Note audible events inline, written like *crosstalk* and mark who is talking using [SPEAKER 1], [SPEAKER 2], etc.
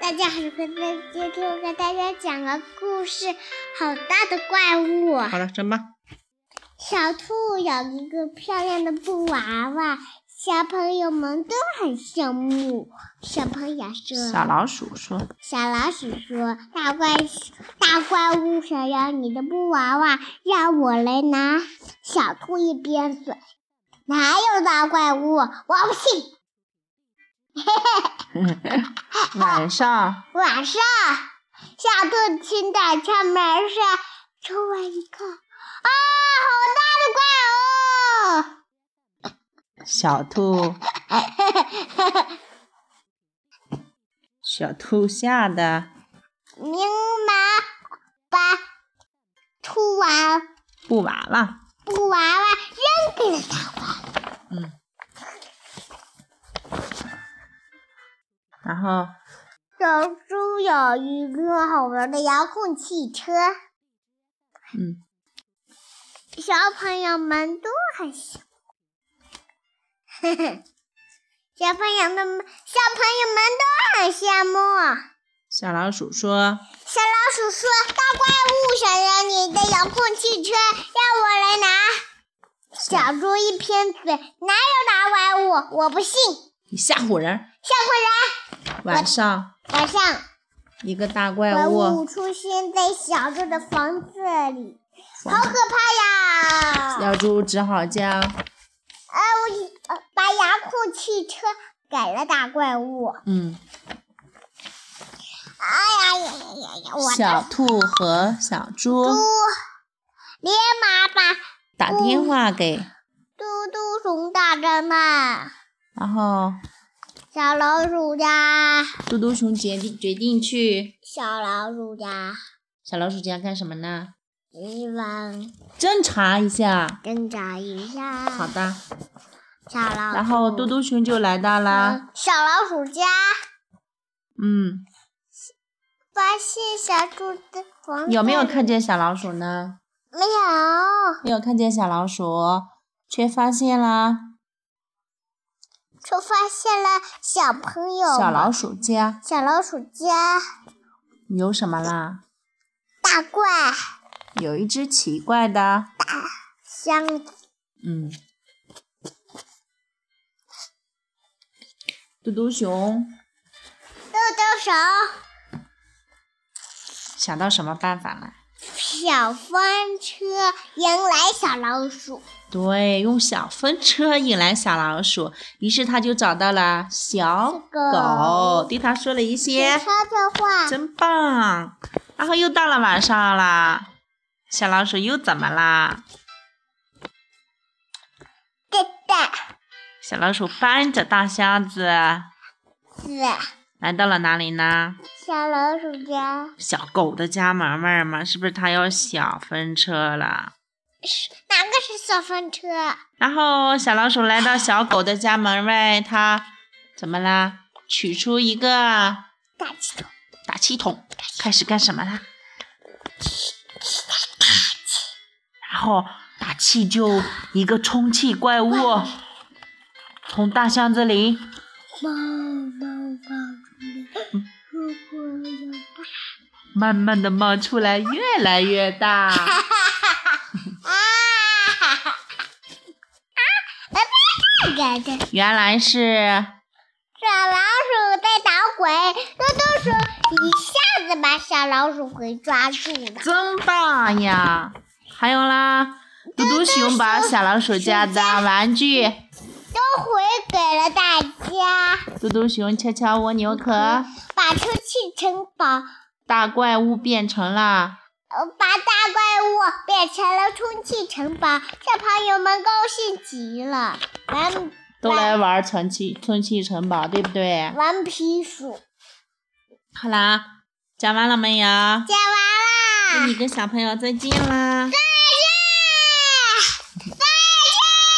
[SPEAKER 1] 大家好，菲菲今天我给大家讲个故事，好大的怪物。啊
[SPEAKER 2] 好了，真棒！
[SPEAKER 1] 小兔有一个漂亮的布娃娃，小朋友们都很羡慕。小朋友说：“
[SPEAKER 2] *laughs* 小老鼠说
[SPEAKER 1] 小老鼠说，大怪大怪物想要你的布娃娃，让我来拿。”小兔一边嘴：“哪有大怪物？我不信！”：“
[SPEAKER 2] 晚上
[SPEAKER 1] 晚上，小兔听到敲门声，出门一看，啊，好大的怪物！
[SPEAKER 2] 小兔，小兔吓得
[SPEAKER 1] 哦明忙把兔娃
[SPEAKER 2] 布娃娃，
[SPEAKER 1] 布娃娃扔给了他。
[SPEAKER 2] 嗯，然后
[SPEAKER 1] 小猪有一个好玩的遥控汽车，
[SPEAKER 2] 嗯，
[SPEAKER 1] 小朋友们都很喜欢。嘿嘿，小朋友们，小朋友们都很羡慕。
[SPEAKER 2] 小老鼠说
[SPEAKER 1] 小老鼠说：“大怪物想要你的遥控汽车，让我来拿。”小猪一撇嘴：“哪有大怪物？我不信！”：“
[SPEAKER 2] 你吓唬人
[SPEAKER 1] 小！”
[SPEAKER 2] 晚上
[SPEAKER 1] 果然，晚上
[SPEAKER 2] 一个大怪
[SPEAKER 1] 怪
[SPEAKER 2] 物
[SPEAKER 1] 物出现在小猪的房子里，好
[SPEAKER 2] 房
[SPEAKER 1] 可怕呀！
[SPEAKER 2] 小猪只好将
[SPEAKER 1] 呃，我呃把遥控汽车给了大怪物。
[SPEAKER 2] 嗯
[SPEAKER 1] 哎呀呀呀呀呀！我
[SPEAKER 2] 小
[SPEAKER 1] 的
[SPEAKER 2] 兔和小猪
[SPEAKER 1] 猪连忙把
[SPEAKER 2] 打电话给，
[SPEAKER 1] 嘟嘟熊大侦探。
[SPEAKER 2] 然后
[SPEAKER 1] 小老鼠家，
[SPEAKER 2] 嘟嘟熊决定决定去
[SPEAKER 1] 小老鼠家，
[SPEAKER 2] 小老鼠家干什么呢？
[SPEAKER 1] 一往
[SPEAKER 2] 侦查一下。
[SPEAKER 1] 挣扎一下。
[SPEAKER 2] 好的，
[SPEAKER 1] 小老鼠，
[SPEAKER 2] 然后嘟啊嘟啊熊就来到了，
[SPEAKER 1] 嗯小老鼠家
[SPEAKER 2] 嗯，
[SPEAKER 1] 发现小猪的房子
[SPEAKER 2] 有没有看？见小老鼠呢？
[SPEAKER 1] 没有，
[SPEAKER 2] 没有看见小老鼠，却发现了
[SPEAKER 1] 就发现了小朋友。
[SPEAKER 2] 小老，鼠家
[SPEAKER 1] 小老鼠家
[SPEAKER 2] 有什么啦？
[SPEAKER 1] 大怪
[SPEAKER 2] 有一只奇怪的，
[SPEAKER 1] 箱
[SPEAKER 2] 嗯，嘟嘟熊
[SPEAKER 1] 豆豆手
[SPEAKER 2] 想到什么办法了？
[SPEAKER 1] 小风车迎来小老鼠，
[SPEAKER 2] 对，用小风车引来小老鼠，于是他就找到了小
[SPEAKER 1] 狗
[SPEAKER 2] 狗，对它说了一些
[SPEAKER 1] 悄悄话。
[SPEAKER 2] *laughs* 真棒。然后又到了晚上啦，小老鼠又怎么啦？
[SPEAKER 1] 蛋蛋
[SPEAKER 2] 小老鼠搬着大箱子
[SPEAKER 1] 子，
[SPEAKER 2] 来到了哪里呢？
[SPEAKER 1] 小老鼠家。
[SPEAKER 2] 小狗的家门外嘛，是不是它要小风车了？
[SPEAKER 1] 哪个是小风车？
[SPEAKER 2] 然后小老鼠来到小狗的家门外，它怎么啦？取出一个
[SPEAKER 1] 大气筒，
[SPEAKER 2] 打气筒，开始干什么啦？然后打气就一个充气怪物从大箱子里
[SPEAKER 1] 猫猫猫如果有
[SPEAKER 2] 慢慢的冒出来，越来越大。
[SPEAKER 1] 啊哈哈啊！别这个的
[SPEAKER 2] 原来是
[SPEAKER 1] 小老鼠在捣鬼，嘟嘟鼠一下子把小老鼠给抓住了。
[SPEAKER 2] 真棒呀！还有啦，嘟嘟熊把小老鼠家的玩具，
[SPEAKER 1] 都回给了大家，嗯
[SPEAKER 2] 嘟嘟熊敲敲蜗牛壳，
[SPEAKER 1] 把充气城堡，
[SPEAKER 2] 大怪物变成了
[SPEAKER 1] 呃，把大怪物变成了充气城堡，小朋友们高兴极了。玩
[SPEAKER 2] 都来玩充气充气城堡，对不对？
[SPEAKER 1] 顽皮鼠。
[SPEAKER 2] 好啦，讲完了没有？
[SPEAKER 1] 讲完
[SPEAKER 2] 那
[SPEAKER 1] 啦
[SPEAKER 2] 你，跟小朋友再见啦。